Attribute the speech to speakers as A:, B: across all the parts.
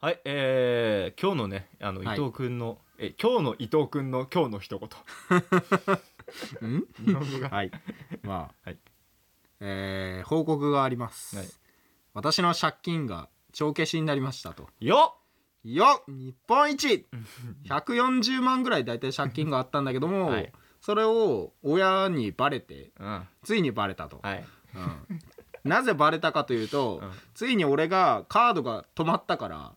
A: はい、えー、今日のね、あの伊
B: はい
A: 藤くんの、え、今日の伊藤くんの今日の一言。
B: うん
A: 日本語が
B: はい。まあ、
A: はい
B: えー報告があります、
A: はい
B: 私の借金が帳消しになりましたと。
A: よ
B: よっ日 本一 !140 万ぐらい大体借金があったんだけども、
A: はい
B: それを親にバレて、
A: っ。うん。は
B: ついにバレたと。
A: い。
B: うんなぜバレたかというと、
A: うん
B: ついに俺がカードが止まったから、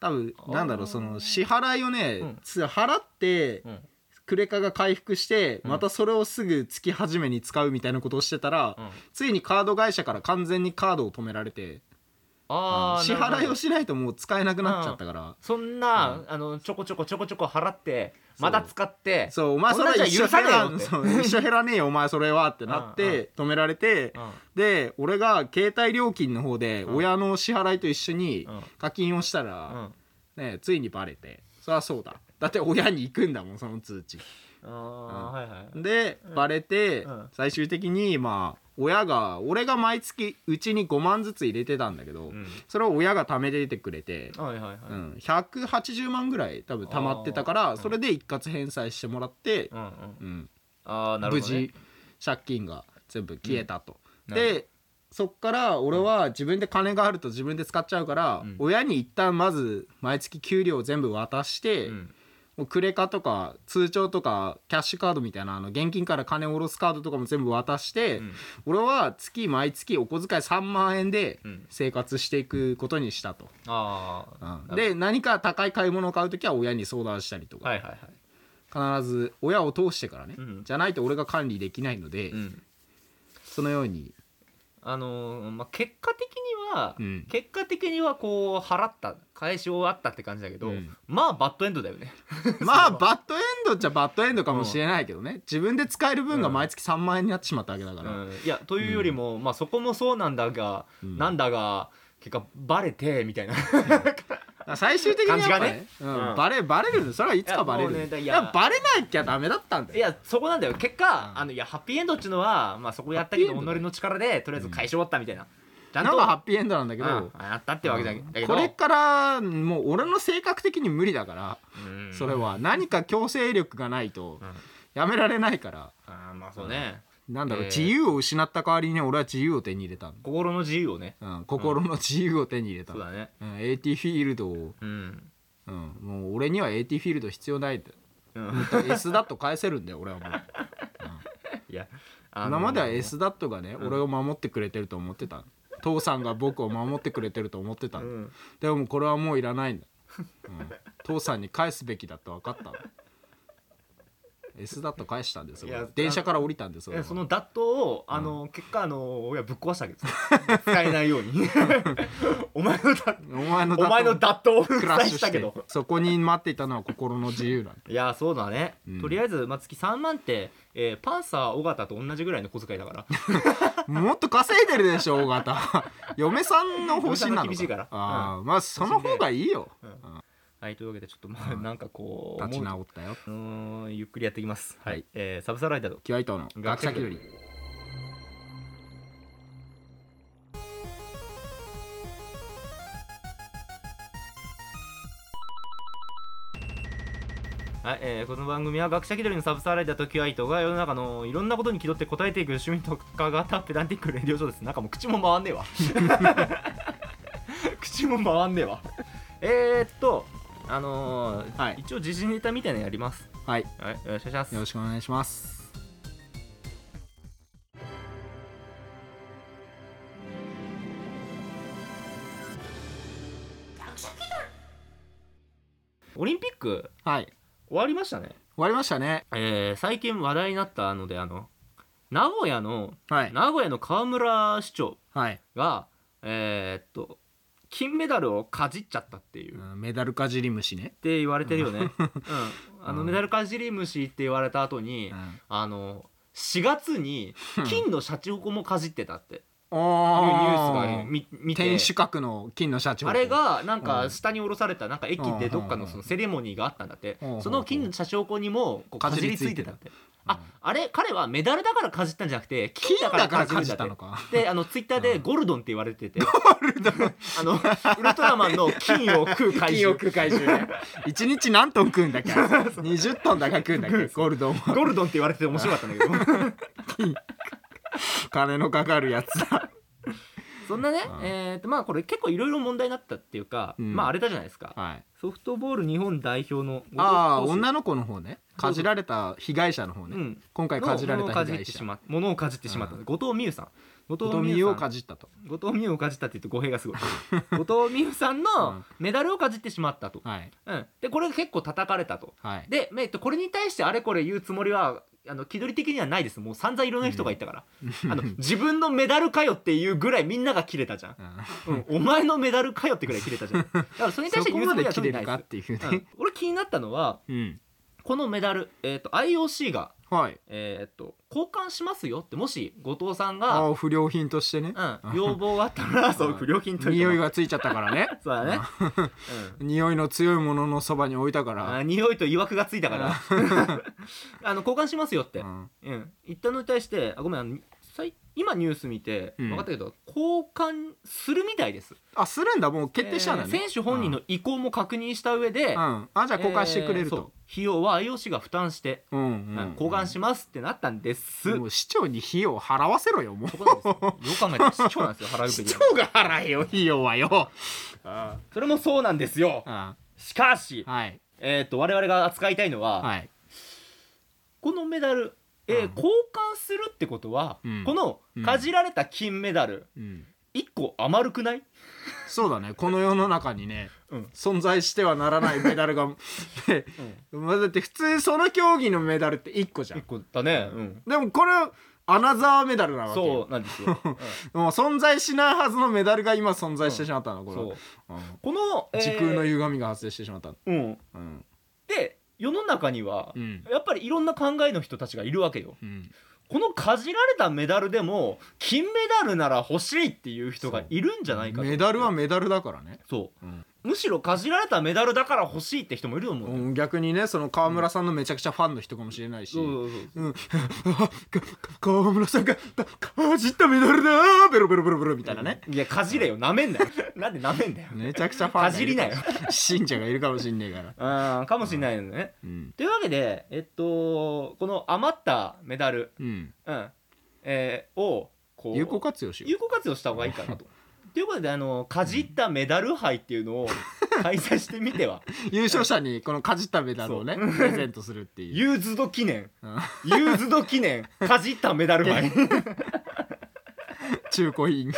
B: 多分
A: あー
B: なんだろうその支払いをね、
A: うん
B: つ払って
A: うん。
B: クレカが回復して、
A: うん
B: またそれをすぐ月始めに使うみたいなことをしてたら、
A: うん。
B: ついにカード会社から完全にカードを止められて
A: あー
B: 支
A: なるほ
B: 払い
A: ど
B: をしないともう使えなくなっちゃったから、
A: そんな、あのちょこちょこちょこちょこ払って
B: そ
A: ま
B: う
A: た使って
B: そうお前それ
A: 同じ
B: 一
A: じゃ
B: 緒
A: 許さね
B: 減
A: えよ
B: ら
A: っ
B: ん
A: て
B: そう一緒減らねえよお前それはってなって止められて
A: うん
B: で俺が携帯料金の方で
A: うん
B: 親の支払いと一緒に
A: うん
B: 課金をした
A: う
B: ら、
A: ん
B: ね、ついにバレてそりゃそうだだって親に行くんだもんその通知
A: あーはいはい
B: でバレて
A: うん
B: 最終的にまあ親が俺が毎月うちに5万ずつ入れてたんだけど、
A: うん
B: それを親が貯めててくれて、
A: はいはいはい
B: うん、180万ぐらい多分貯まってたから
A: あー
B: それで一括返済してもらって
A: う、んうん
B: うん
A: ああなる
B: 無
A: ほどね
B: 事借金が全部消えたと。
A: うんなる
B: でそっから俺は自分で金があると自分で使っちゃうから、
A: うん
B: 親に一旦まず毎月給料を全部渡して、
A: うん
B: もうクレカとか通帳とかキャッシュカードみたいなあの現金から金を下ろすカードとかも全部渡して、
A: うん
B: 俺は月毎月お小遣い3万円で
A: うん
B: 生活していくことにしたと。
A: ああ
B: で何か高い買い物を買う時は親に相談したりとか、
A: はいはいはい
B: 必ず親を通してからね、
A: うん
B: じゃないと俺が管理できないので、
A: うん
B: そのように
A: あのーまあ結果的には
B: うん
A: 結果的にはこう払った返し終わったって感じだけど
B: うん
A: まあバッドエンドだよね
B: まあバッドエンドっちゃバッドエンドかもしれないけどね、自分で使える分が毎月3万円になってしまったわけだか
A: う
B: ら、
A: んいやというよりもまあそこもそうなんだが
B: うん
A: なんだが結果バレてみたいな
B: だから最終的にやっぱ
A: 感
B: ね
A: じがね
B: うん
A: うん
B: バレバレるのそれはいつかバレる
A: いやもう
B: よ
A: ねだい
B: い
A: や
B: やバレなきゃダメだったんだ
A: い
B: よ
A: やそこなんだよ結果、
B: うん
A: あのいやハッピーエンドっていうのは、まあ、そこやったけど
B: ハッ
A: 己
B: ピーエンドだよ
A: の力でとりあえず解消終わったみたいな、ちゃ
B: なんん
A: と
B: かハッピーエンドなんだけど、
A: うんあやったってわけだけだけど
B: これからもう俺の性格的に無理だから、
A: うん
B: それは何か強制力がないと
A: うん
B: やめられないから
A: あーまあそうね、
B: なんだろう、
A: えー
B: 自由を失った代わりに俺は自由を手に入れたんだ、
A: 心の自由をね
B: うん、心の自由を手に入れた
A: そう
B: の、
A: だね
B: うん、AT フィールドを、
A: うん、
B: うん、もう俺には AT フィールド必要ないって
A: うん、
B: S ダット返せるんだよ俺 はもう
A: いや
B: 今までは
A: ス
B: S ダットがね、俺を守ってくれてると思ってた父さんが僕を守ってくれてると思ってた、
A: うん
B: でもこれはもういらないんだ、うん、父さんに返すべきだって分かった S ダット返したんです
A: いや
B: よ電車から降りたんです
A: いや
B: よ
A: そのダットをあの、結果あの親ぶっ壊したわけですよ 使えないよう にお前のダッ
B: お前の
A: お前の
B: ダッ
A: ダットを
B: ト
A: ク
B: クラッ
A: ラ
B: シュ
A: し
B: した
A: け
B: て
A: ど
B: そこに待っていたのは心の自由なんだ
A: いやそうだね、
B: うん
A: とりあえず、まあ、月3万って、えーパンサー尾形と同じぐらいの小遣いだから
B: もっと稼いでるでしょ大型は嫁さんの方
A: 嫁
B: 針なのか
A: さんが厳しいから
B: あーまあその方がいいよ
A: はい、というわけでちょっとまあなんかこう
B: 立
A: 思
B: ち
A: う
B: 直ったよ
A: うーんゆっくりやっていきます。はい、
B: はい
A: えーサブサライダーと
B: キワイトの学者気取り
A: はい、えーこの番組は学者気取りのサブサライダーとキュアイトが世の中のいろんなことに気取って答えていく趣味とか型ペダンティックレディオショーです。なんかもう口も回んねえわ。口も回んねえわ。えー、っと、あのー
B: はい
A: 一応時事ネタみたいなのやります。
B: はい
A: はい、よろしくお願いし
B: よ
A: ま
B: ろ
A: す。
B: しくお願いします
A: オリンピック
B: はい終
A: 終わりましたね。
B: わりましたね
A: えー最近話題になったので、あの、名古屋の、
B: はい
A: 名古屋の河村市長。
B: はい、
A: がえーっと金メダルをかじっちゃったっていう、
B: う
A: っ
B: んメダルかじり虫ね、
A: て言われてるよね、うん、あの
B: うん
A: メダルかじり虫って言われた後に、
B: うん、
A: あの4月に 金のシャチホコもかじってたっていう
B: お
A: ニ
B: ー
A: ュースがねみ見て
B: 天守閣の金の社長
A: あれがなん
B: う
A: か
B: ん
A: 下に下ろされたなんか駅でどっかのそのセレモニーがあったんだって
B: うん
A: その金のシャチホコにもこう
B: か
A: か
B: じ
A: じ
B: り
A: り
B: つ
A: つ
B: い
A: い
B: て
A: て
B: た
A: たってああれ彼はメダルだからかじったんじゃなくて金だ
B: 金
A: から
B: だか
A: か
B: ら
A: じる
B: か
A: ん
B: じ
A: だっ
B: ってたのか
A: であのツイッター
B: う
A: で
B: ん
A: ゴルドンって言われててあのウルトラマンの金を食う怪
B: 金
A: 獣
B: を食う怪獣 ね一日何トン食うんだっけ20トンだか食うんだっけゴールドン
A: ゴルドンって言われてて面白かったんだけど
B: 金のかかるやつだ
A: そんなね、
B: うん
A: えーとまあこれ結構いろいろ問題になったっていうか、
B: うん
A: まあ荒れたじゃないですか
B: はい
A: ソフトボール日本代表の
B: ああ
A: 後藤投手
B: 女の子の方ねかじられた被害者の方ね、
A: うん
B: 今回かじられ
A: のものを
B: た
A: か
B: 被
A: じっ
B: 害
A: てし
B: 者
A: まものをかじってしまった、
B: うん
A: 後藤美優さん後
B: 後
A: 藤美
B: 藤美優
A: 優
B: を
A: さ
B: か
A: ん
B: じったと
A: 後藤美優をかじったって言うと語弊がす ごい後藤美優さん
B: う
A: の
B: ん
A: メダルをかじってしまったと、
B: はい
A: うん、でこれが結構叩かれたと
B: はい
A: で、えっと、これに対してあれこれ言うつもりはあの気取り的にはないですもう散々いろんな人が言ったから、あの自分のメダルかよっていうぐらいみんなが切れたじゃん、
B: うん
A: うん、お前のメダルかよってぐらい切れたじゃんだからそれに対
B: そ
A: して
B: こ
A: 言うつ
B: ま
A: もり
B: で
A: は
B: 切
A: 特に
B: れ
A: ないで
B: るか
A: す
B: っていう
A: う
B: ね
A: ん、俺気になったのは
B: うん、
A: このメダル、えっと IOC が、
B: はい
A: えっと交換しますよってもし後藤さん
B: あ
A: が、
B: あ不良品としてね
A: うん、要望があったらそう不良品というか
B: 匂い がついちゃったからね
A: そうだね、
B: 匂いの強いもののそばに置いたか
A: うん、
B: ら
A: あ匂いと曰くがついたから あの交換しますよって
B: う、ん
A: うん、言ったのに対してあごめんあのさい今ニュース見て
B: うん
A: 分かったけど、交換するみたいです
B: あするんだもう決定したんだ
A: え
B: ね
A: ー選手本人の意向も確認した上で、
B: うんあじゃあ交換してくれる
A: えーそう
B: と
A: 費用は IOC が負担して、
B: うん
A: う
B: うんん
A: 交換しますってなったんです、
B: もう市長に費用払わせろよもう
A: そこなんですよよく考えたら 市長なんですよ払うべ
B: 市
A: き
B: 長が払えよ費用はよ
A: それもそうなんですよ
B: あ
A: しかし、
B: はい
A: えー、と我々が扱いたいのは、
B: はい
A: このメダル、えー
B: うん
A: 交換するってことは、
B: うん
A: この
B: うん
A: かじられた金メダル
B: うん
A: 1個余るくない、
B: そうだねこの世の中にね
A: うん
B: 存在してはならないメダルが ねまあだって普通その競技のメダルって1個じゃ
A: 1
B: ん
A: 個だね、うん、
B: でもこれアナザーメダルなわけよ
A: そうなんです よ、うん
B: もう存在しないはずのメダルが今存在してしまったの、これは
A: そう
B: うん
A: この、えー
B: 時空の歪みが発生してしまったの
A: うん
B: うん
A: で世の中には、
B: うん
A: やっぱりいろんな考えの人たちがいるわけよ
B: うん
A: このかじられたメダルでも金メダルなら欲しいっていう人がいるんじゃないかと思って
B: メダルはメダルだからね、
A: そう、
B: うん
A: むしろかじられたメダルだから欲しいって人もいると思う、
B: うん逆にねその川村さんのめちゃくちゃファンの人かもしれないし、
A: そうそうそう
B: うん、 川村さんがかかじったメダルだーベロベロベロベロみたいなね
A: いやかじれよなめんなよ なんでなめんだよ、
B: めちゃくちゃファンがいる
A: かじり
B: 信者がいるかもしんねえから、
A: あーかもしれないよね、
B: うん
A: というわけでえっとこの余ったメダル、
B: うん、
A: うんえーをこう
B: 有効活用しよ
A: 有効活用した方がいいかな と。ということであのかじったメダル杯っていうのを開催してみて は
B: う優勝者にこのかじったメダルをねプレゼントするっていう
A: ユーズド記念
B: うん
A: ユーズド記念かじったメダル杯
B: 中古品、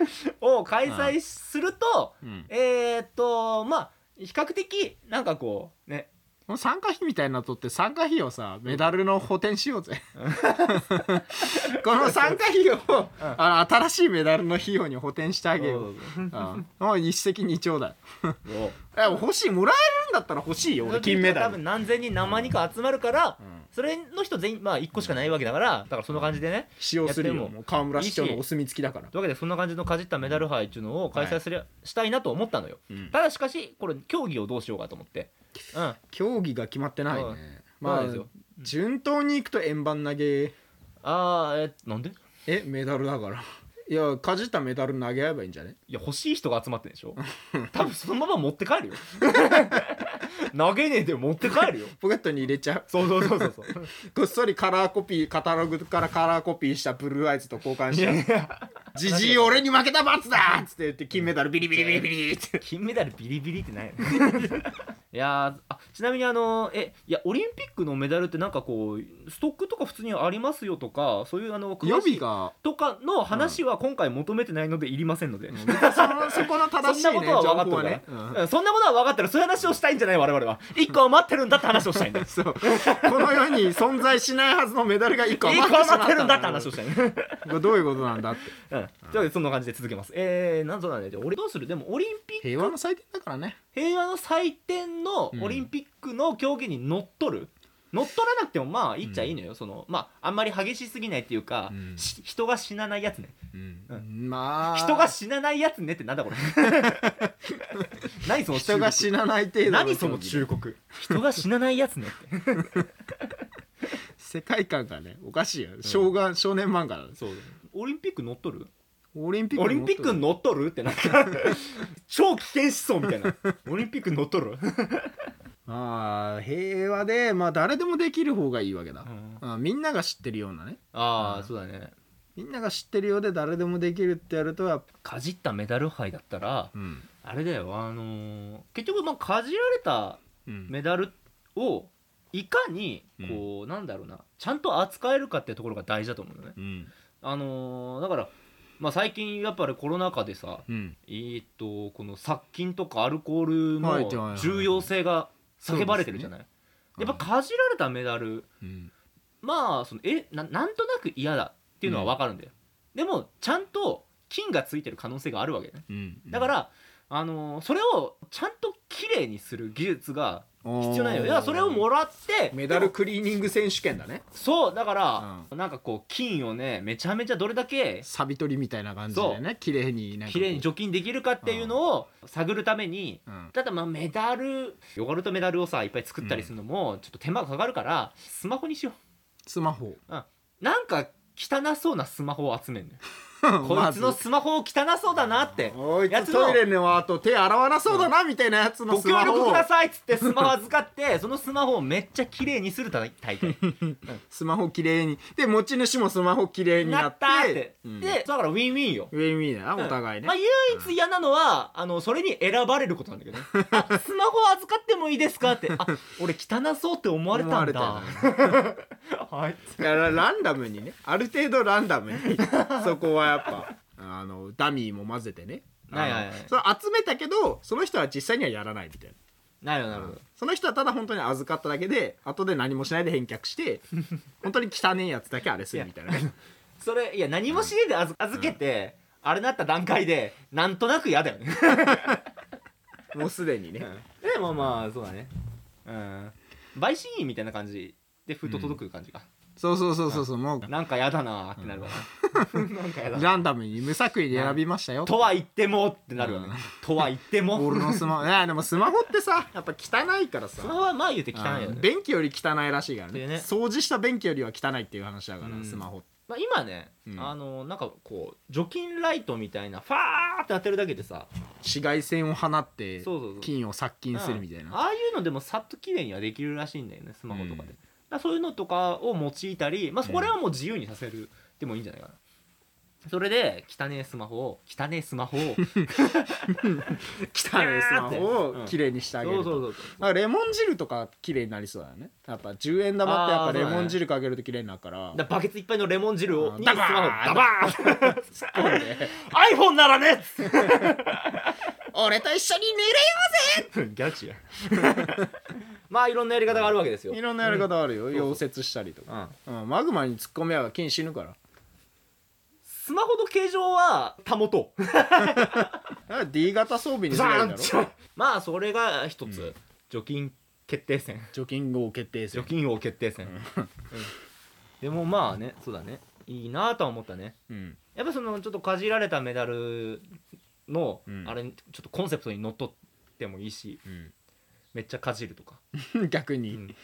A: を開催すると
B: うん、
A: えー、っとまあ比較的なんかこうね
B: もう参加費みたいなのとって参加費をさメダルの補填しようぜこの参加費をあの新しいメダルの費用に補填してあげよううんもう一石二鳥だ
A: そう
B: え欲しいもらえるんだったら欲しいよ俺金メダ
A: 多
B: ル、
A: 分何千人何万人か集まるから、
B: うん
A: それの人全員まあ1個しかないわけだからだからそんな感じでね、
B: 使用するよ
A: やっても
B: もう川村市長のお墨付きだから
A: というわけでそんな感じのかじったメダル杯っていうのを開催すりゃ、したいなと思ったのよ
B: うん
A: ただしかしこれ競技をどうしようかと思って、うん、
B: 競技が決まってない
A: そう
B: ねま
A: そう
B: あ
A: ですよ
B: 順当にいくと円盤投げ
A: あーえなんで
B: えメダルだからいやかじったメダル投げ合えばいいんじゃね
A: いや欲しい人が集まってるでしょ多分そのまま持って帰る よ投げねえで持って帰るよ
B: ポケットに入れちゃう
A: そうそうそうそうそう
B: こっそりカラーコピーカタログからカラーコピーしたブルーアイズと交換しちゃうジジイ俺に負けた罰だっつって言って金メダルビリビリビリビリって
A: 金メダルビリビリってないよね いやーあちなみにあのえいやオリンピックのメダルってなんかこうストックとか普通にありますよとかそういうあの詳しい
B: 予備が
A: とかの話は今回求めてないのでいりませんので、
B: そのそこの正しい
A: そん
B: ね
A: なこと
B: 情
A: は分かってるから
B: 報はね、うん
A: うんそんなことは分かってるそういう話をしたいんじゃない我々は一個余ってるんだって話をしたいんだ
B: そうこの世に存在しないはずのメダルが1
A: 一個
B: 個余ってしま
A: 余ってる
B: っ
A: んだ
B: た
A: って話をしたいね
B: これどういうことなんだって
A: うん、というわけでそんな感じで続けます。えー、なんとなんだよ。俺どうするでもオリンピック
B: 平和の祭典だからね
A: 平和の祭典の
B: うん
A: オリンピックの競技に乗っ取る、乗っ取らなくてもまあいいっちゃいいのよ、そのまああんまり激しすぎないっていうか、
B: うん
A: し人が死なないやつね
B: うんまあ
A: 人が死なないやつねってなんだこれ 何その忠
B: 人が
A: 告
B: 死なない程度
A: 何その忠告人が死なないやつねって
B: 世界観がねおかしいよ少年、少年漫画だね
A: そうオリンピック乗っとる
B: オリンピック
A: オリンピック乗っとるってなんか超危険思想みたいなオリンピック乗っとる、
B: まあ平和でまあ誰でもできる方がいいわけだ、あみんなが知ってるようなね
A: ああ、
B: うん
A: そうだね
B: みんなが知ってるようで誰でもできるってやるとやっぱ
A: かじったメダル杯だったら
B: うん、
A: あれだよあのー結局まあかじられた
B: うん
A: メダルをいかにこう、なんだろうなちゃんと扱えるかってところが大事だと思うのね
B: うん
A: あのーだからまあ最近やっぱりコロナ禍でさ
B: うん
A: えーっとこの殺菌とかアルコール
B: はいはいはいは
A: の
B: い
A: 重要性が叫ばれてるじゃない、
B: そうですね
A: やっぱかじられたメダル
B: うん
A: まあそのえななんとなく嫌だっていうのは分かるんだよ、でもちゃんと菌がついてる可能性があるわけね
B: うん
A: だから、あのーそれをちゃんときれいにする技術が必要なんよいやそれをもらって
B: メダルクリーニング選手権だね
A: そうだから、なんかこう菌をねめちゃめちゃどれだけ
B: サビ取りみたいな感じでね綺麗になんかこ
A: き
B: う
A: れいに除菌できるかっていうのを探るために
B: うん
A: ただまあメダルヨガルトメダルをさいっぱい作ったりするのもちょっと手間がかかるからスマホにしよ
B: スマ ホ
A: うなんか汚そうなスマホを集めんのよこ
B: ま
A: いつ
B: ず
A: のスマホ汚そうだなって
B: おい
A: や
B: つ
A: つの
B: トイレの後手洗わなそうだなみたいなやつの
A: ご
B: ス
A: 協
B: マ
A: 力
B: ホ
A: く
B: を
A: ださいっつってスマホ預かって そのスマホをめっちゃ綺麗にする大会
B: スマホ綺麗にで持ち主もスマホ綺 麗にな
A: な
B: っ
A: ってたーって、
B: うん
A: でだからウィンウィンよ
B: ウェイウィンだなお互いね
A: まあ、唯一嫌なのは、あのそれに選ばれることなんだけどねあスマホ預かってもいいですかってあ俺汚そうって思われたんだ
B: 思われ
A: はい
B: だからランダムにねある程度ランダムにそこはやっぱあのダミーも混ぜてね
A: はいはいはい
B: あのそれ集めたけどその人は実際にはやらないみたい
A: なるほどな
B: な、
A: るほど
B: その人はただ本当に預かっただけで後で何もしないで返却して 本当に汚ねえやつだけあれするみたいなね
A: それいや何もしねえで預預けて、あれなった段階でなんとなく嫌だよね
B: もうすでにね、
A: でもまあそうだねうん陪審員みたいな感じで封筒届く感じが、
B: そうそうそうそうそうもう
A: なんか嫌だなーってなるわ、ねなん か嫌だ
B: ランダムに無作為で選びましたよ
A: とは言ってもってなるわね、
B: うん
A: とは言っても
B: 俺のスマホいやでもスマホってさやっぱ汚いからさ
A: そのまま言うて汚いよ
B: うん
A: ね
B: 便器より汚いらしいからね
A: でね
B: 掃除した便器よりは汚いっていう話だから、
A: うん
B: スマホって
A: まあ、今ね、
B: うん
A: あのなんかこう除菌ライトみたいなファーって当てるだけでさ
B: 紫外線を放って
A: そうそうそう
B: 菌を殺菌するみたい
A: うん
B: な
A: ああいうのでもさっと綺麗にはできるらしいんだよねスマホとかで、
B: うん
A: だからそういうのとかを用いたりまあそれはもう自由にさせるでもいいんじゃないかな、それで汚ねえスマホを汚ねえスマホを
B: 汚いスマホ
A: う
B: を
A: ん
B: きれいにしてあげ
A: そ
B: る
A: う
B: と
A: そうそう
B: だからレモン汁とかきれいになりそうだよねやっぱ10円玉ってやっ
A: あーそ
B: ぱ
A: う
B: レ
A: だね
B: モン汁かけるときれいになるから
A: だか らバケツいっぱいのレモン汁
B: あ
A: を
B: ー
A: にスマホ
B: ダ
A: ダ
B: バ
A: バーン iPhone ならね
B: 俺と一緒に
A: ギャチや まあいろんなやり方があるわけですよ
B: いろんなやり方あるよ、溶接したりとか、
A: うん
B: うん、マグマに突っ込めば菌死ぬから
A: スマホの形状は保とう。
B: だから D 型装備にすればいいんだろ
A: まあそれが一つ、
B: うん
A: 除菌決定戦
B: 除菌号決定
A: 除
B: 戦
A: 菌王決定戦、うんでもまあねそうだねいいなとは思ったね
B: うん
A: やっぱそのちょっとかじられたメダルの、
B: うん
A: あれちょっとコンセプトにのっとってもいいしめっちゃかじるとか、
B: 逆
A: う
B: に、
A: ん
B: うん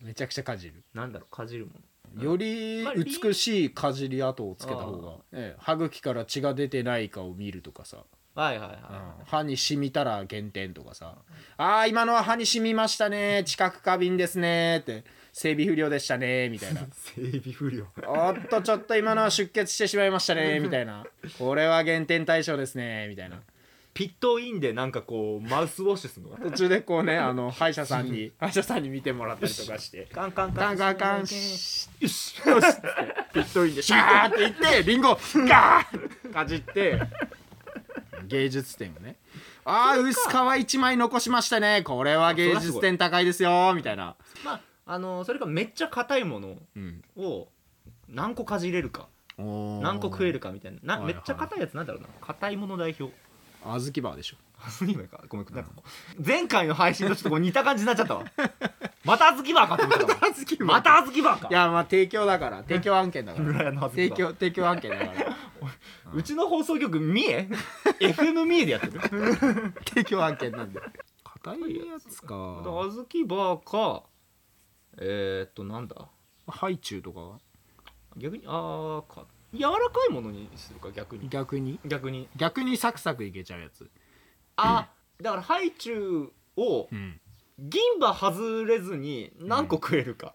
B: めちゃくちゃかじる
A: なんだろうかじるもん
B: より
A: まあ
B: 美しいかじり跡をつけた方
A: あ
B: が、ええ、歯茎から血が出てないかを見るとかさ、
A: はいはいはい、
B: うん歯に染みたら減点とかさ「あー今のは歯に染みましたね知覚過敏ですね」って「整備不良でしたね」みた いな
A: 整備不良
B: 「おっとちょっと今のは出血してしまいましたね」みたいな「これは減点対象ですね」みたいな
A: ピットインでなんかこうマウスウォッシュするのかな
B: 途中でこうねあの歯医者さんに歯医者さんに見てもらったりと かして。
A: カンカン
B: ガ
A: カ
B: ン
A: ン
B: ガンガン
A: よ
B: シ
A: し
B: よしっつってビットインでシャーっていってリンゴガーってかじって芸術点をねああ薄皮1枚残しましたねこれは芸術点高いですよみたいな、
A: まああのそれかめっちゃ硬いもの
B: うん、
A: を何個かじれるか何個食えるかみたいなな
B: はいはい
A: めっちゃ硬いやつなんだろうな硬いもの代表
B: あずきバーでしょ
A: 今かごめんなんか前回の配信とちょっとこう似た感じになっちゃ ったわまたあずきバーかって思ったわ
B: ずき
A: またあずきバーか
B: いやまあ提供だから提供案件だか
A: 村
B: ら
A: 屋のあずき
B: 提
A: バ
B: 供
A: ー
B: 提供案件だから
A: うちの放送局三重 FM 三重でやって る
B: 提供案件なんで硬いやつか
A: あずきバーかえー、っとなんだ
B: ハイチュウとかは
A: 逆にああか柔らかいものにするか逆に
B: 逆に
A: 逆に
B: 逆にサクサクいけちゃうやつ
A: あだからハイチュウを
B: うん
A: 銀歯外れずに何個食えるか、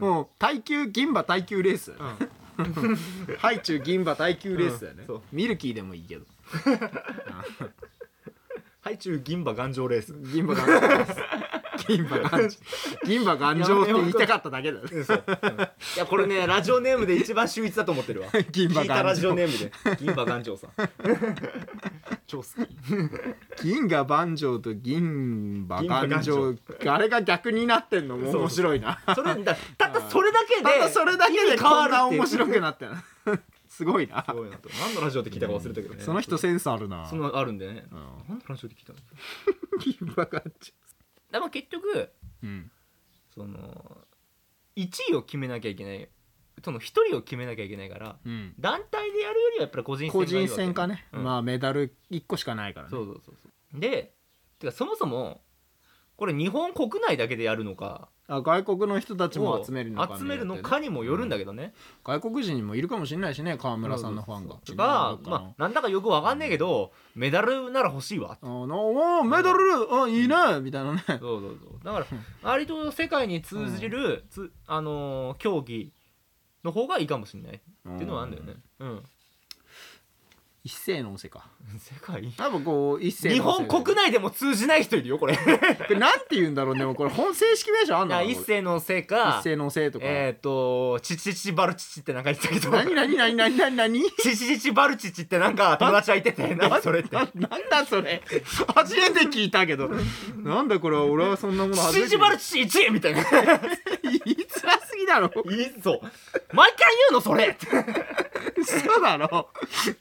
B: もう耐久銀歯耐久レースだねハイチュウ銀歯耐久レースだよね、
A: うんそう
B: ミルキーでもいいけど
A: ハイチュウ銀歯頑丈レース
B: 銀歯頑丈銀歯頑丈銀歯頑丈って言いたかっただけだね
A: そう、いやこれねラジオネームで一番秀逸だと思ってるわ
B: 銀
A: 聞
B: 歯
A: いたラ
B: 頑
A: ジオ
B: 丈
A: ネームで銀歯頑丈 さん超好き
B: 銀河万丈と銀歯頑丈
A: 銀
B: あれが逆になってんのも面白 いな
A: それだたったそれだけで
B: ただそれだけで
A: 意味変
B: こ
A: わ
B: ん
A: る
B: な
A: っていう
B: 面白くなってるすごいな
A: すごいなと何のラジオで聞いたか忘れたけどね
B: その人センスあるな
A: そのあるんでね
B: うん
A: 何のラジオで聞いたの
B: 銀歯頑丈
A: でも結局
B: うん
A: その1位を決めなきゃいけないその1人を決めなきゃいけないから
B: うん
A: 団体でやるよりはやっぱり個人戦
B: 個
A: がいいわ
B: 人
A: け
B: 戦かね、
A: うん
B: まあメダル1個しかないからね
A: そうそうそうそうでてかそもそもこれ日本国内だけでやるのか
B: あ外国の人たちも集めるのか、ね、
A: 集めるのかにもよるんだけどね、
B: 外国人にもいるかもしれないしね川村さんのファンが
A: とか、まあ、なんだかよくわかんねえけどメダルなら欲しいわ
B: あのおーメダルあいいねみた いなね
A: そうそうそうだから割と世界に通じる、つあのー競技の方がいいかもしれないっていうのはあるんだよねうん、
B: 一斉のおせか
A: 世界
B: 多分こう一斉
A: 日
B: のおせ
A: 本国内でも通じない人いるよこれい
B: これなんて言うんだろうねもうこれ本正式名称あんのか
A: や
B: な
A: 一世のせい
B: これ
A: か
B: 一斉のおせとか、
A: えっ、ー、と「チチチバルチチ」ってなんか言ってたけど
B: 何何何何何何
A: チチチバルチチってなんか友達がいてて何それって
B: ななんだそれ初めて聞いたけどなんだこれ俺はそんなもの初
A: チチチ
B: めて聞いた
A: バルチチ1位みたいない
B: 言いづらすぎだろ
A: いそう毎回言うのそれって
B: そうだろ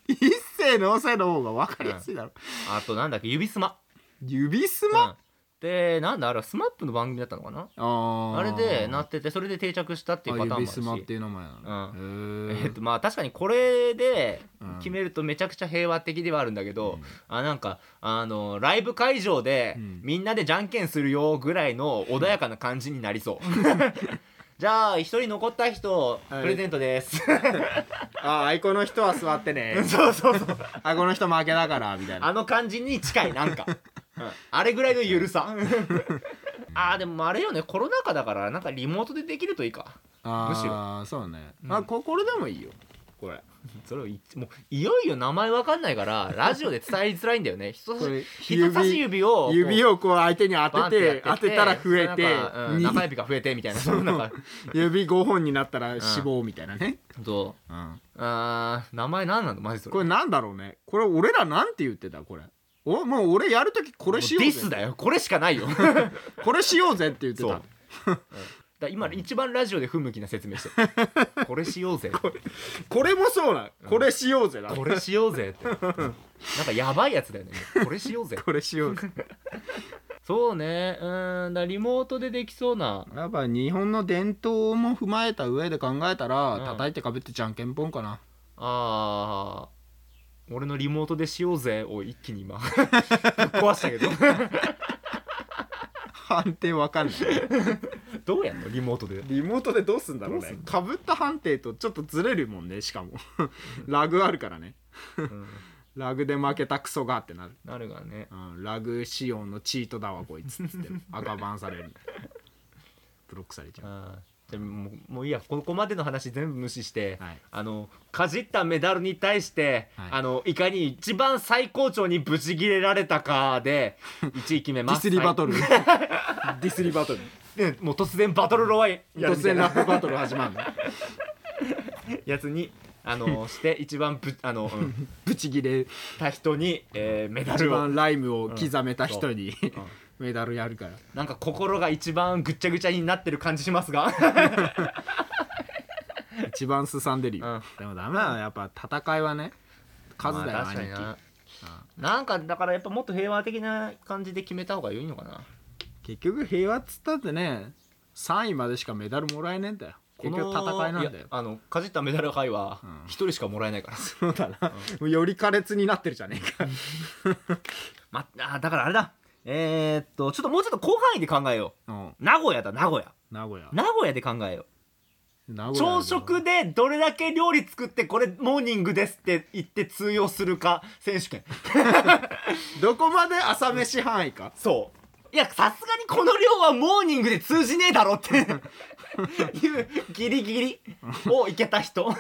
B: 一斉のおせの方が分かりやすいだろ、
A: あとなんだっけ指すま、
B: 指す
A: う
B: ま、
A: ん、でなんだあれはスマップの番組だったのかな
B: あ
A: あれでな
B: っ
A: っててそれで定着したって
B: て
A: いう
B: い
A: パ
B: う
A: ターンも
B: 指
A: あ
B: す
A: る
B: まっ
A: して
B: いう名前な
A: え
B: の、へ
A: ーっとまあ確かにこれで
B: うん
A: 決めるとめちゃくちゃ平和的ではあるんだけど、あなんかあのライブ会場で
B: うん
A: みんなでじゃんけんするよぐらいの穏やかな感じになり そうじゃあ一人残った人
B: はい
A: プレゼントです、
B: ああいこの人は座ってね
A: そうそうそう
B: あこの人負けだからみたいな
A: あの感じに近いなん か、うんあれぐらいのゆるさ あーでもあれよねコロナ禍だからなんかリモートでできるといいかむしろ
B: ああそうね、まあ
A: うん
B: ここれでもいいよこれ
A: それをいもういよいよ名前わかんないからラジオで伝えづらいんだよ ね人差
B: これ
A: し人差し指を
B: 指
A: を
B: をこう相手に当てて当てたら増えて、に
A: 中指が増えてみたいなそのなんか
B: 指5本になったら死亡みたいなね、
A: そう
B: うん
A: あー名前なんなのマジそれ
B: これなんだろうねこれ俺らなんて言ってたこれおもう俺やるときこれしよ
A: も
B: う
A: うディス
B: ぜ
A: だよこれしか ないよだか
B: これしようぜって言って
A: そ
B: た
A: うら今一番ラジオで不向きな説明してるこれしようぜこ
B: これもそうなのこれしようぜだ、こ
A: れしようぜってなんかやばいやつだよねこれしようぜ
B: れしようぜ
A: そうねうーんだからリモートでできそうな
B: やっぱ日本の伝統も踏まえた上で考えたら、
A: うん
B: 叩いてかぶってじゃんけんぽんかな
A: あー俺のリモートでしようぜを一気に今 ぶっ壊したけど
B: 判定わかんない
A: どうやんのリモートで
B: リモートでどうすんだ
A: ろうね
B: かぶった判定とちょっとずれるもんねしかもラグあるからねラグで負けたクソがってなる、
A: なるがね
B: うん、ラグ仕様のチートだわこいつっつって赤バンされるブロックされちゃ
A: あーじゃあもうもういいやここまでの話全部無視して、
B: うはい
A: あのかじったメダルに対して、
B: はい
A: い、あのいかに一番最高潮にブチギレられたかで1位決め
B: ディ
A: ます
B: スリバトルディスリバトル
A: はいもう突然バトルロワイヤル
B: 突
A: みたい
B: 然
A: な
B: ラップバトル始まる の
A: やつにあ のして一番ぶあの、うん、
B: ブチギレ
A: た人に、えーメダ
B: 一
A: ルを
B: 番ライムを刻めた人に、
A: うん
B: メダルやるから
A: なんか心が一番ぐっちゃぐちゃになってる感じします が
B: 一番すさんでるよ、
A: うん
B: でもダメだよやっぱ戦いはね数だよ、
A: まあ確かに
B: 兄
A: ななんかだからやっぱもっと平和的な感じで決めた方がいいのかな
B: 貴結局平和っつったってね3位までしかメダルもらえねえんだよ結局戦いなん
A: い
B: だ
A: や
B: よ
A: あのかじったメダル杯は
B: うん
A: 一人しかもらえないから、
B: そうだな、もうより苛烈になってるじゃねえか
A: まあだからあれだえー、っとちょっともうちょっと広範囲で考えよ
B: うん
A: う名古屋だ名古屋
B: 名古屋
A: 名古屋で考えよ
B: 名古屋
C: 朝食でどれだけ料理作ってこれモーニングですって言って通用するか選手権
B: どこまで朝飯範囲か
C: そういやさすがにこの量はモーニングで通じねえだろっていうギリギリをいけた人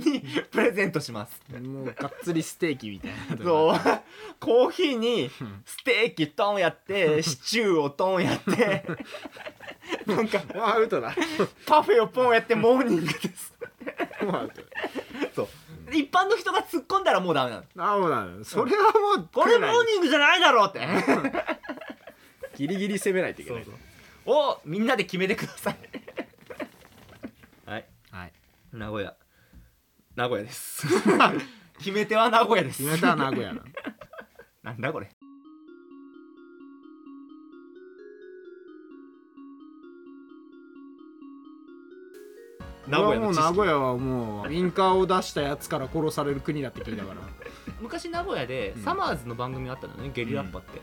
C: にプレゼントします
B: もうがっつりステーキみたいな
C: そうコーヒーにステーキトンやってシチューをトンやってなんか
B: もうアウト だ
C: パフェをポンやってモーニングです
B: もうアウト
C: そう一般の人が突っ込んだらもうダメなの
B: あもうなのそれはもう
C: これモーニングじゃないだろうって
B: ギリギリ攻めないといけない
C: をみんなで決めてください
A: はい
B: はい
A: 名古屋名古屋です
C: 決め手は名古屋です
B: 決めたら名古屋な
C: なんだこれ
A: 名古屋の
B: もう
A: 知
B: 名
A: 識
B: 古屋はもうインカーを出したやつから殺される国だって聞いたから
A: 昔名古屋で、
B: うん
A: サマーズの番組あったのねゲリラッパって、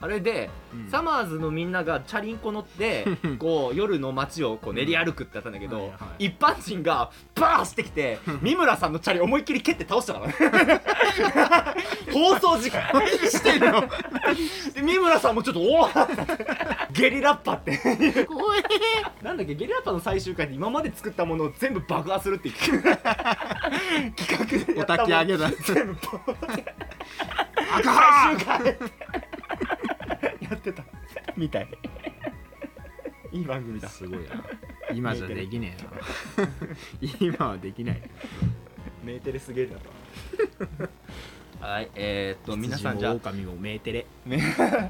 A: あれで、
B: うん
A: サマーズのみんながチャリンコ乗 ってこう夜の街をこう練り歩くってやったんだけど、
B: うんはいはい
A: 一般人がバーしてき て三村さんのチャリ思いっきり蹴って倒したからね放送時間
B: 何してんの
A: で三村さんもちょっとおお
C: ゲリラッパって
B: 怖え
A: なんだっけゲリラッパの最終回で今まで作ったものを全部爆破するっていう 企画で
B: お
A: やったも
B: 焚
A: ん
B: き上げだ
C: 全部ポン
B: 赤
C: 最
B: は
C: 終回やってたみたいいい番組だ
B: すごいな今じゃできねえな今はできない
C: メーテレすげえなと
A: はいえー、っと皆さんじゃあ
B: 狼もメーテレ
C: 確か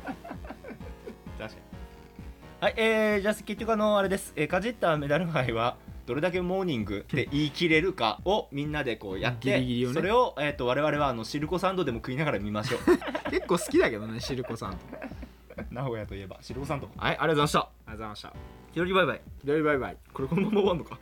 A: はい、えー、じゃあ結局あのあれです、えー、かじったメダル杯はどれだけモーニングって言い切れるかをみんなでこうやって
B: ギリギリをね
A: それを、えー、と我々はあのシルコサンドでも食いながら見ましょう
B: 結構好きだけどねシルコさんとありがと
C: に名古屋といえばシルコさんと
A: はいありがとうございました
B: うございました
A: ひろりバイバイ
B: 左バイバイ
A: これこのまま終わんのか